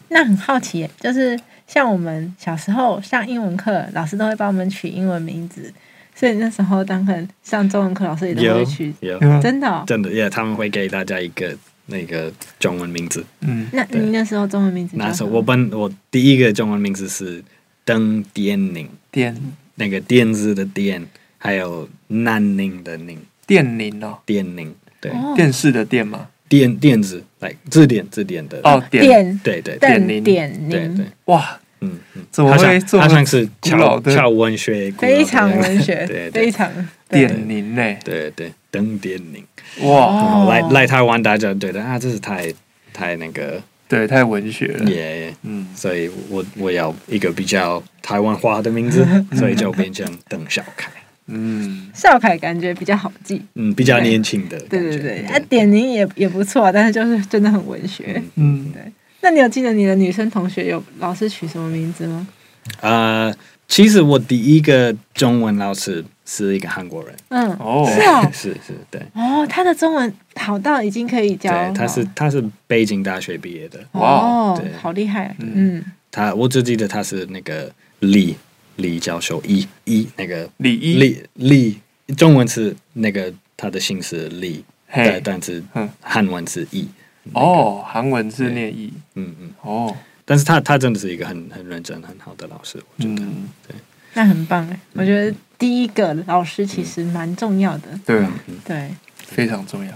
[SPEAKER 5] 那很好奇耶，就是像我们小时候上英文课，老师都会帮我们取英文名字，所以那时候当然上中文课，老师也都会取。
[SPEAKER 2] 有
[SPEAKER 4] 嗯
[SPEAKER 5] 真的、哦，
[SPEAKER 2] 真的耶，他们会给大家一个那个中文名字。
[SPEAKER 4] 嗯，
[SPEAKER 3] 那
[SPEAKER 2] 对
[SPEAKER 3] 你那时候中文名字叫
[SPEAKER 2] 那时
[SPEAKER 3] 什
[SPEAKER 2] 候
[SPEAKER 3] 么？
[SPEAKER 2] 我本我第一个中文名字是邓电宁，
[SPEAKER 4] 电
[SPEAKER 2] 那个电字的电，还有南宁的宁，
[SPEAKER 4] 电铃哦，
[SPEAKER 2] 电宁。对，
[SPEAKER 3] 哦
[SPEAKER 4] 电视的电嘛。
[SPEAKER 2] 电电子来字典字典的。
[SPEAKER 4] 哦，电，
[SPEAKER 3] 点
[SPEAKER 2] 对对对
[SPEAKER 4] 电
[SPEAKER 3] 邓
[SPEAKER 4] 铃
[SPEAKER 3] 点
[SPEAKER 2] 对对
[SPEAKER 3] 宁，，
[SPEAKER 4] 哇，
[SPEAKER 2] 嗯嗯，
[SPEAKER 4] 怎么
[SPEAKER 2] 好像
[SPEAKER 4] 会这么
[SPEAKER 2] 好像是
[SPEAKER 4] 古老
[SPEAKER 2] 超
[SPEAKER 4] 的
[SPEAKER 2] 超文学，古老的
[SPEAKER 3] 非常文学，
[SPEAKER 2] 对
[SPEAKER 3] 非
[SPEAKER 2] 对
[SPEAKER 3] 常对
[SPEAKER 4] 电铃呢？
[SPEAKER 2] 对对，邓电宁。
[SPEAKER 4] 哇，
[SPEAKER 2] 然后来
[SPEAKER 3] 哦
[SPEAKER 2] 来台湾，大家觉得啊，这是太太那个
[SPEAKER 4] 对，太文学了。
[SPEAKER 2] 耶，
[SPEAKER 4] 嗯，
[SPEAKER 2] 所以我我要一个比较台湾化的 名字，所以就变成邓小凯，
[SPEAKER 4] 嗯，
[SPEAKER 3] 少凯感觉比较好记。
[SPEAKER 2] 嗯，比较年轻的感
[SPEAKER 3] 对对
[SPEAKER 2] 觉，
[SPEAKER 3] 对，啊，点名也也不错啊，但是就是真的很文学。
[SPEAKER 4] 嗯，
[SPEAKER 3] 那你有记得你的女生同学有老师取什么名字吗？
[SPEAKER 2] 呃，其实我第一个中文老师是一个韩国人，
[SPEAKER 3] 嗯，
[SPEAKER 4] 哦，
[SPEAKER 3] 是哦，
[SPEAKER 2] 是是，对，
[SPEAKER 3] 哦，他的中文好到已经可以教
[SPEAKER 2] 对，
[SPEAKER 3] 了，
[SPEAKER 2] 他是他是北京大学毕业的，
[SPEAKER 4] 哇哦
[SPEAKER 3] 哦
[SPEAKER 2] 对，
[SPEAKER 3] 好厉害，
[SPEAKER 4] 嗯
[SPEAKER 3] 嗯，
[SPEAKER 2] 他我只记得他是那个李李教授，一一那个
[SPEAKER 4] 李一，
[SPEAKER 2] 李李，中文是那个他的姓是李，
[SPEAKER 4] 嘿
[SPEAKER 2] 但，但是
[SPEAKER 4] 嗯
[SPEAKER 2] 汉文是义。
[SPEAKER 4] 哦，韩文字念义，
[SPEAKER 2] 嗯嗯，
[SPEAKER 4] 哦，
[SPEAKER 2] 但是他他真的是一个很很认真很好的老师，我觉得。
[SPEAKER 4] 嗯，
[SPEAKER 3] 那很棒
[SPEAKER 2] 嗯
[SPEAKER 3] 哎，我觉得第一个老师其实蛮重要的，
[SPEAKER 4] 对啊，
[SPEAKER 5] 嗯
[SPEAKER 3] 对，
[SPEAKER 4] 非常重要。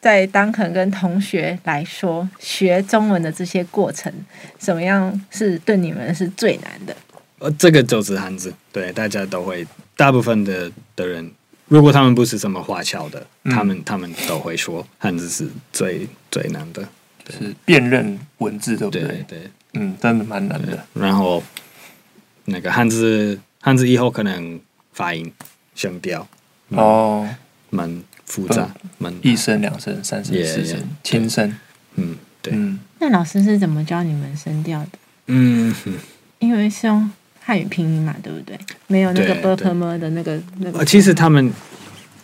[SPEAKER 5] 在当肯跟同学来说，学中文的这些过程，怎么样是对你们是最难的？
[SPEAKER 2] 呃，这个就是汉字，对，大家都会，大部分的的人，如果他们不是什么华侨的，
[SPEAKER 4] 嗯
[SPEAKER 2] 他们他们都会说汉字是最最难的，
[SPEAKER 4] 就是辨认文字，对不
[SPEAKER 2] 对
[SPEAKER 4] 对？
[SPEAKER 2] 对。
[SPEAKER 4] 嗯，真的蛮难的。
[SPEAKER 2] 然后那个汉字汉字以后可能发音声调嗯
[SPEAKER 4] 哦，
[SPEAKER 2] 蛮复杂，蛮
[SPEAKER 4] 一声、两声、三声、
[SPEAKER 2] Yeah,
[SPEAKER 4] 四声
[SPEAKER 2] yeah，
[SPEAKER 4] 轻声。
[SPEAKER 2] 嗯对
[SPEAKER 4] 嗯，
[SPEAKER 3] 那老师是怎么教你们声调的？
[SPEAKER 2] 嗯嗯
[SPEAKER 3] 因为是用汉语拼音嘛，对不对？没有那
[SPEAKER 2] 对
[SPEAKER 3] 个 b
[SPEAKER 2] 对
[SPEAKER 3] p m 的那个那个
[SPEAKER 2] 呃，，其实他们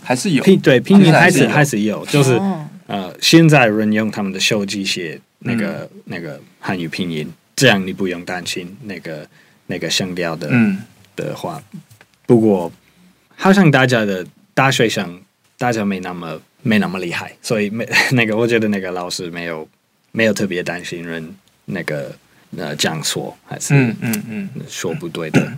[SPEAKER 4] 还是有。
[SPEAKER 2] 拼对拼音还
[SPEAKER 4] 还是
[SPEAKER 2] 是
[SPEAKER 4] 有
[SPEAKER 2] 还是有，就是
[SPEAKER 3] 哦
[SPEAKER 2] 呃，现在人用他们的手机写那个
[SPEAKER 4] 嗯
[SPEAKER 2] 那个汉语拼音，这样你不用担心那个那个声调的
[SPEAKER 4] 嗯，
[SPEAKER 2] 的话。不过，好像大家的大学生大家没那么没那么厉害，所以没那个我觉得那个老师没有没有特别担心人那个呃讲错还是
[SPEAKER 4] 嗯嗯嗯
[SPEAKER 2] 说不对的、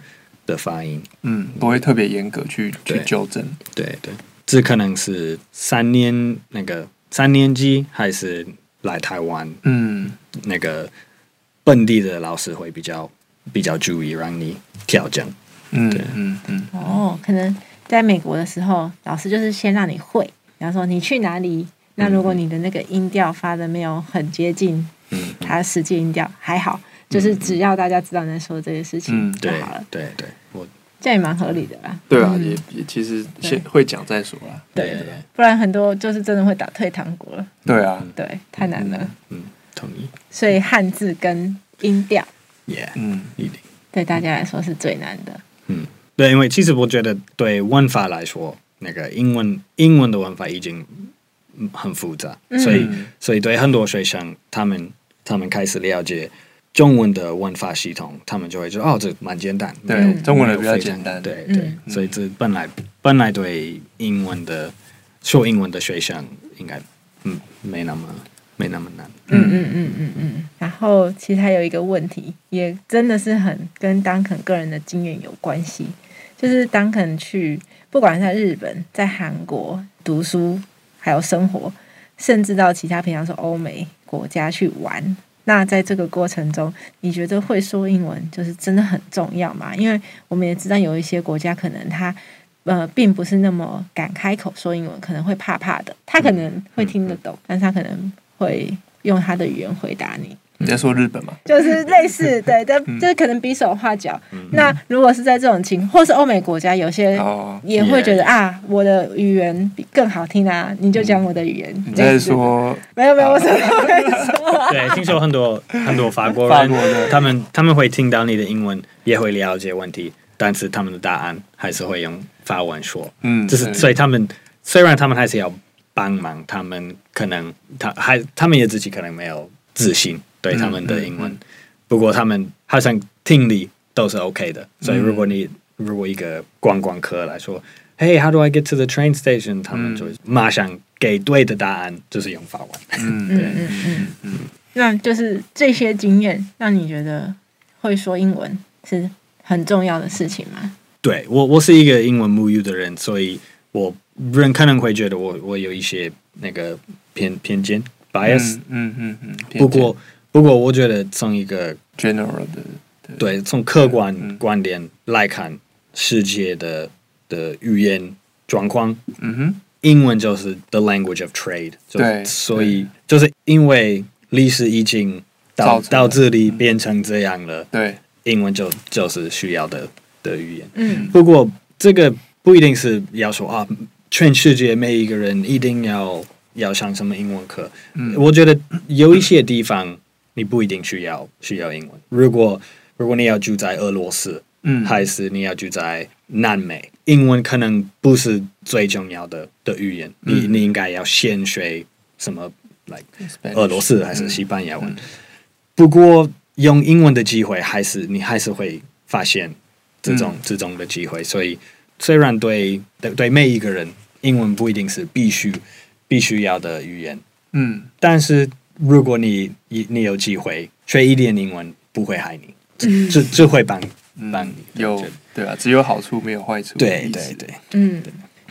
[SPEAKER 2] 的发音。
[SPEAKER 4] 嗯，不会特别严格去去
[SPEAKER 2] 对
[SPEAKER 4] 纠正。
[SPEAKER 2] 对对，这可能是三年那个三年级还是来台湾
[SPEAKER 4] 嗯，
[SPEAKER 2] 那个本地的老师会比较比较注意让你调整。
[SPEAKER 4] 嗯
[SPEAKER 2] 对
[SPEAKER 4] 嗯嗯，
[SPEAKER 3] 哦，可能在美国的时候，老师就是先让你会，然后说你去哪
[SPEAKER 4] 嗯
[SPEAKER 3] 里。那如果你的那个音调发的没有很接近
[SPEAKER 2] 嗯，
[SPEAKER 3] 它的实际音调，还好，就是只要大家知道你在说这些事情
[SPEAKER 4] 嗯
[SPEAKER 3] 就
[SPEAKER 2] 对
[SPEAKER 3] 好了，
[SPEAKER 2] 对对，我
[SPEAKER 3] 这样也蛮合理的啦。
[SPEAKER 4] 对啊，
[SPEAKER 3] 嗯
[SPEAKER 4] 也也其实
[SPEAKER 3] 对
[SPEAKER 4] 先会讲再说啦。
[SPEAKER 2] 对
[SPEAKER 4] 对
[SPEAKER 2] 对对
[SPEAKER 5] 不然很多就是真的会打退堂鼓了，
[SPEAKER 4] 对啊，
[SPEAKER 5] 对，太难了。
[SPEAKER 2] 嗯同意
[SPEAKER 5] 所以汉字跟音调
[SPEAKER 2] ，Yeah，
[SPEAKER 4] 嗯
[SPEAKER 2] 一定。
[SPEAKER 5] 对大家来说是最难的。
[SPEAKER 2] 嗯，对，因为其实我觉得对文法来说，那个英文英文的文法已经嗯很复杂，所以
[SPEAKER 4] 嗯
[SPEAKER 2] 所以对很多学生，他们他们开始了解中文的文法系统，他们就会说哦，这蛮简单，
[SPEAKER 4] 对
[SPEAKER 2] 没有
[SPEAKER 4] 中文
[SPEAKER 2] 没
[SPEAKER 4] 的
[SPEAKER 2] 有
[SPEAKER 4] 比较
[SPEAKER 2] 非常
[SPEAKER 4] 简单嗯
[SPEAKER 2] 对对，所以这本来本来对英文的说英文的学生应该嗯没那么没那么难，
[SPEAKER 5] 嗯嗯嗯嗯嗯。然后其实还有一个问题，也真的是很跟当肯个人的经验有关系，就是当肯去不管是在日本、在韩国读书，还有生活，甚至到其他平常说欧美国家去玩。那在这个过程中，你觉得会说英文就是真的很重要吗？因为我们也知道有一些国家可能他呃，并不是那么敢开口说英文，可能会怕怕的。他可能会听得懂，但是他可能会用他的语言回答你，嗯
[SPEAKER 4] 你在说日本嘛？
[SPEAKER 5] 就是类 似对，但就是可能比手画脚。那如果是在这种情，或是欧美国家，有些
[SPEAKER 4] 哦，
[SPEAKER 5] 也会觉得
[SPEAKER 2] Yeah
[SPEAKER 5] 啊，我的语言比更好听啊，你就讲我的语言。
[SPEAKER 4] 你
[SPEAKER 5] 这样
[SPEAKER 4] 在
[SPEAKER 5] 子？
[SPEAKER 4] 说
[SPEAKER 5] 没有没有，我什么都没说 啊。
[SPEAKER 2] 对，听说很多很多法国
[SPEAKER 4] 法
[SPEAKER 2] 人，
[SPEAKER 4] 国的
[SPEAKER 2] 他们他们会听到你的英文，也会了解问题，但是他们的答案还是会用法文说。
[SPEAKER 4] 嗯
[SPEAKER 2] 就是
[SPEAKER 4] 对
[SPEAKER 2] 所以他们虽然他们还是要帮忙，他们可能他还他们也自己可能没有自信对他们的英文，
[SPEAKER 4] 嗯嗯
[SPEAKER 2] 不过他们好
[SPEAKER 4] 嗯
[SPEAKER 2] 像听力都是 OK 的。所以如果你、如果一个观光客来说， Hey, how do I get to the train station？他们就马上给对的答案，就是用法文。
[SPEAKER 4] 嗯，
[SPEAKER 3] 嗯嗯嗯嗯。那就是这些经验，让你觉得会说英文是很重要的事情吗？
[SPEAKER 2] 对我，我是一个英文母语的人，所以我人可能会觉得我我有一些那个偏偏见 bias、
[SPEAKER 4] 嗯嗯嗯嗯。
[SPEAKER 2] 不过不过，我觉得从一个
[SPEAKER 4] general 的
[SPEAKER 2] 对，从客观
[SPEAKER 4] 嗯
[SPEAKER 2] 观点来看，世界的的语言状况，
[SPEAKER 4] 嗯哼，
[SPEAKER 2] 英文就是 the language of trade，就
[SPEAKER 4] 对
[SPEAKER 2] 所以就是因为历史已经到
[SPEAKER 4] 造成
[SPEAKER 2] 到
[SPEAKER 4] 了
[SPEAKER 2] 这里
[SPEAKER 4] 嗯
[SPEAKER 2] 变成这样了，
[SPEAKER 4] 对，
[SPEAKER 2] 英文就就是需要的的语言。
[SPEAKER 3] 嗯
[SPEAKER 2] 不过这个不一定是要说啊，全世界每一个人一定要要上什么英文课。
[SPEAKER 4] 嗯
[SPEAKER 2] 我觉得有一些地方你不一定需要需要英文。如果如果你要住在俄罗斯，
[SPEAKER 4] 嗯
[SPEAKER 2] 还是你要住在南美，英文可能不是最重要的的语言。你
[SPEAKER 4] 嗯
[SPEAKER 2] 你应该要先学什么，like 俄罗斯还是西班牙文。
[SPEAKER 4] 嗯
[SPEAKER 2] 不过用英文的机会，还是你还是会发现这种、
[SPEAKER 4] 嗯
[SPEAKER 2] 这种的机会。所以虽然对对对每一个人，英文不一定是必须必须要的语言，
[SPEAKER 4] 嗯
[SPEAKER 2] 但是如果你你你有机会学一点英文，不会害你，这这这会帮
[SPEAKER 4] 嗯
[SPEAKER 2] 帮你
[SPEAKER 4] 有对啊，只有好处没有坏处的
[SPEAKER 2] 对
[SPEAKER 4] 意思，
[SPEAKER 2] 对对
[SPEAKER 3] 嗯，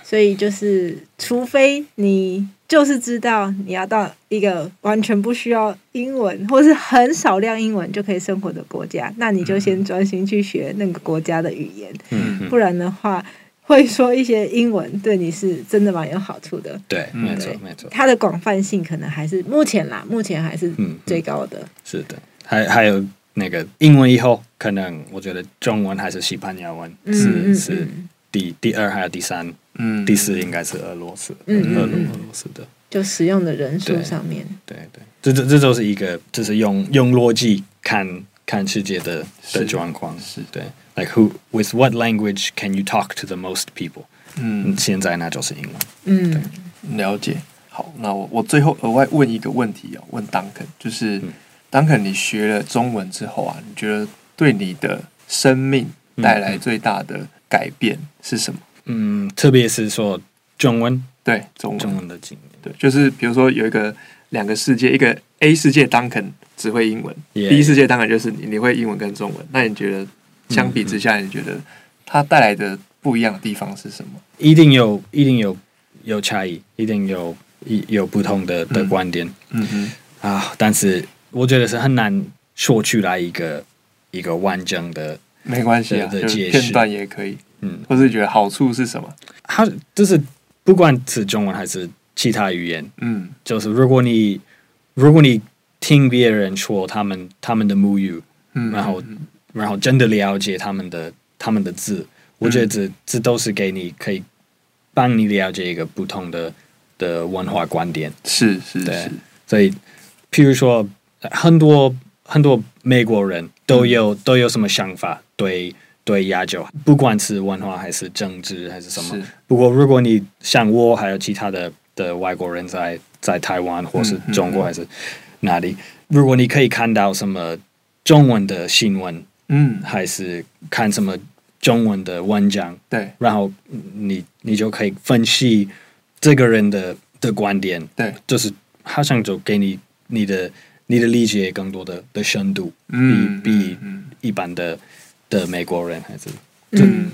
[SPEAKER 3] 所以就是，除非你就是知道你要到一个完全不需要英文，或是很少量英文就可以生活的国家，那你就先专心去学那个国家的语言，
[SPEAKER 2] 嗯嗯
[SPEAKER 3] 不然的话，会说一些英文对你是真的蛮有好处的。
[SPEAKER 2] 对，
[SPEAKER 4] 嗯
[SPEAKER 2] 没错
[SPEAKER 3] 对
[SPEAKER 2] 没错，
[SPEAKER 3] 它的广泛性可能还是目前啦，目前还是
[SPEAKER 2] 嗯
[SPEAKER 3] 最高的。
[SPEAKER 2] 是的，还还有。那个英文以后，可能我觉得中文还是西班牙文
[SPEAKER 3] 嗯
[SPEAKER 2] 是、
[SPEAKER 3] 嗯
[SPEAKER 2] 是
[SPEAKER 3] 嗯
[SPEAKER 2] 第第二还有第三
[SPEAKER 4] 嗯，
[SPEAKER 2] 第四应该是俄罗斯，
[SPEAKER 3] 嗯嗯
[SPEAKER 2] 俄罗
[SPEAKER 3] 嗯
[SPEAKER 2] 俄罗斯的，
[SPEAKER 3] 就使用的人数
[SPEAKER 2] 对
[SPEAKER 3] 上面，
[SPEAKER 2] 对对，这这这就是一个，就是用用逻辑看看世界的的
[SPEAKER 4] 是
[SPEAKER 2] 状况，
[SPEAKER 4] 是
[SPEAKER 2] 对，like who with what language can you talk to the most people？
[SPEAKER 4] 嗯
[SPEAKER 2] 嗯，现在那就是英文，
[SPEAKER 3] 嗯
[SPEAKER 4] 了解。好，那我我最后额外问一个问题哦，问 Duncan，就是、
[SPEAKER 2] 嗯
[SPEAKER 4] Duncan，你学了中文之后啊，你觉得对你的生命带来最大的改变是什么？
[SPEAKER 2] 嗯，特别是说中文
[SPEAKER 4] 对，中文，
[SPEAKER 2] 中文的经验
[SPEAKER 4] 对，就是比如说有一个两个世界，一个 A 世界 Duncan 只会英文
[SPEAKER 2] Yeah,
[SPEAKER 4] b 世界 Duncan 就是你你会英文跟中文，那你觉
[SPEAKER 2] 嗯
[SPEAKER 4] 得相比之下，你觉得它带来的不一样的地方是什么？
[SPEAKER 2] 一定有一定有有差异，一定有一有不同的的
[SPEAKER 4] 嗯
[SPEAKER 2] 观点，
[SPEAKER 4] 嗯哼，
[SPEAKER 2] 啊，但是我觉得是很难说出来一个一个完整的，
[SPEAKER 4] 没关系啊，
[SPEAKER 2] 对
[SPEAKER 4] 就
[SPEAKER 2] 对
[SPEAKER 4] 是
[SPEAKER 2] 解释
[SPEAKER 4] 片段也可以，
[SPEAKER 2] 嗯，
[SPEAKER 4] 或是觉得好处是什么？
[SPEAKER 2] 它就是不管是中文还是其他语言，
[SPEAKER 4] 嗯
[SPEAKER 2] 就是如果你如果你听别人说他们他们的母语，
[SPEAKER 4] 嗯，
[SPEAKER 2] 然后
[SPEAKER 4] 嗯
[SPEAKER 2] 然后真的了解他们的他们的字，我
[SPEAKER 4] 嗯
[SPEAKER 2] 觉得这这都是给你可以帮你了解一个不同的的文化观点。
[SPEAKER 4] 是是
[SPEAKER 2] 对
[SPEAKER 4] 是，
[SPEAKER 2] 所以，譬如说，呃很多很多美国人都有、都有什么想法对对亚洲，不管是文化还是政治还是什么
[SPEAKER 4] 是。
[SPEAKER 2] 不过，如果你像我还有其他的的外国人在在台湾或是
[SPEAKER 4] 嗯嗯
[SPEAKER 2] 中国
[SPEAKER 4] 嗯
[SPEAKER 2] 还是哪里，如果你可以看到什么中文的新闻，
[SPEAKER 4] 嗯，
[SPEAKER 2] 还是看什么中文的文章，
[SPEAKER 4] 对
[SPEAKER 2] 然后嗯你你就可以分析这个人的的观点，
[SPEAKER 4] 对，
[SPEAKER 2] 就是好像就给你你的你的理解更多的的深度，
[SPEAKER 4] 嗯
[SPEAKER 2] 比比
[SPEAKER 4] 嗯
[SPEAKER 2] 一般的的美国人还是，
[SPEAKER 3] 嗯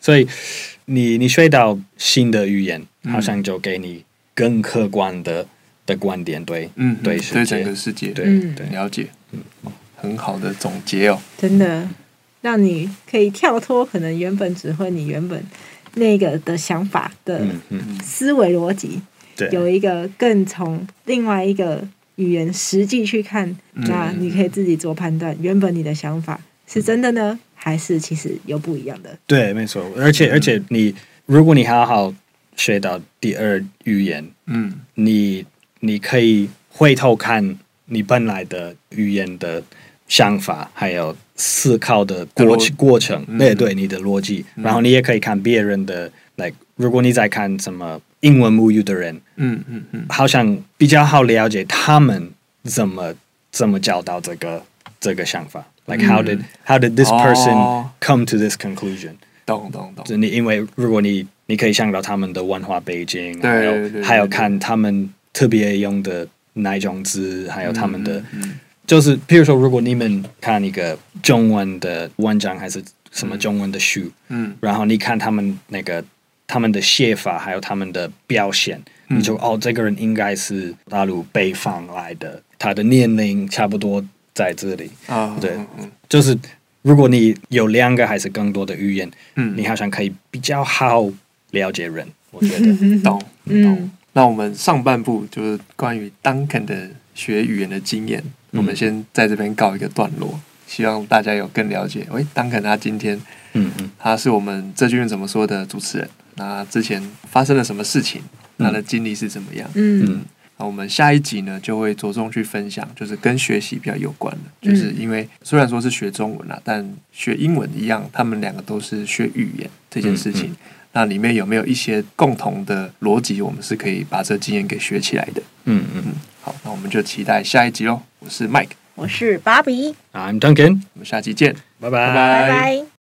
[SPEAKER 2] 所以你你学到新的语言，
[SPEAKER 4] 嗯
[SPEAKER 2] 好像就给你更客观的的观点，对，
[SPEAKER 4] 嗯，
[SPEAKER 2] 对
[SPEAKER 4] 嗯
[SPEAKER 2] 世
[SPEAKER 4] 对
[SPEAKER 2] 界
[SPEAKER 4] 整个世界，
[SPEAKER 2] 对、
[SPEAKER 3] 嗯
[SPEAKER 2] 对，
[SPEAKER 4] 了解，很好的总结哦，
[SPEAKER 3] 真的让你可以跳脱可能原本只会你原本那个的想法的
[SPEAKER 2] 嗯嗯，
[SPEAKER 3] 思维逻辑，
[SPEAKER 2] 对，
[SPEAKER 3] 有一个更从另外一个语言实际去看，
[SPEAKER 2] 嗯
[SPEAKER 3] 那你可以自己做判断，原本你的想法是真的呢，还是其实有不一样的？
[SPEAKER 2] 对，没错，而
[SPEAKER 4] 嗯
[SPEAKER 2] 且而且你，如果你好好学到第二语言，
[SPEAKER 4] 嗯
[SPEAKER 2] 你你可以回头看你本来的语言的想法，还有思考的过
[SPEAKER 4] 的逻
[SPEAKER 2] 过程，
[SPEAKER 4] 嗯
[SPEAKER 2] 对对，你的逻辑，
[SPEAKER 4] 嗯
[SPEAKER 2] 然后你也可以看别人的，like 如果你在看什么英文母语的人，
[SPEAKER 4] 嗯嗯嗯，
[SPEAKER 2] 好像比较好了解他们怎么怎么找到这个这个想法，like how did、how did this person
[SPEAKER 4] 嗯哦
[SPEAKER 2] come to this conclusion？
[SPEAKER 4] 懂懂懂，
[SPEAKER 2] 就你因为如果你你可以想到他们的文化背景，
[SPEAKER 4] 对
[SPEAKER 2] 还有
[SPEAKER 4] 对对对
[SPEAKER 2] 还有看他们特别用的哪一种字，还有他们的，
[SPEAKER 4] 嗯嗯
[SPEAKER 2] 就是譬如说，如果你们看一个中文的文章还是什么中文的书，
[SPEAKER 4] 嗯
[SPEAKER 2] 然后你看他们那个他们的写法，还有他们的表现，
[SPEAKER 4] 嗯
[SPEAKER 2] 你就哦，这个人应该是大陆北方来的，他的年龄差不多在这里。
[SPEAKER 4] 啊，
[SPEAKER 2] 对
[SPEAKER 4] 嗯嗯
[SPEAKER 2] 就是如果你有两个还是更多的语言，
[SPEAKER 4] 嗯
[SPEAKER 2] 你好像可以比较好了解人，我觉得。
[SPEAKER 4] 懂懂
[SPEAKER 3] 嗯。
[SPEAKER 4] 那我们上半部就是关于 Duncan 的学语言的经验，我
[SPEAKER 2] 嗯
[SPEAKER 4] 们先在这边告一个段落。希望大家有更了解。喂，Duncan 他今天
[SPEAKER 2] 嗯嗯
[SPEAKER 4] 他是我们这句怎么说的主持人，那之前发生了什么事情，他的经历是怎么样？
[SPEAKER 3] 嗯
[SPEAKER 2] 嗯
[SPEAKER 4] 那我们下一集呢，就会着重去分享，就是跟学习比较有关的，
[SPEAKER 2] 嗯
[SPEAKER 4] 就是因为虽然说是学中文啊，但学英文一样，他们两个都是学语言这件事情。
[SPEAKER 2] 嗯
[SPEAKER 4] 那里面有没有一些共同的逻辑，我们是可以把这经验给学起来的？
[SPEAKER 2] 嗯嗯
[SPEAKER 4] 嗯，好，那我们就期待下一集喽。我是 Mike，
[SPEAKER 5] 我是芭比，
[SPEAKER 2] ，I'm Duncan，
[SPEAKER 4] 我们下期见，
[SPEAKER 2] 拜拜
[SPEAKER 4] 拜
[SPEAKER 5] 拜拜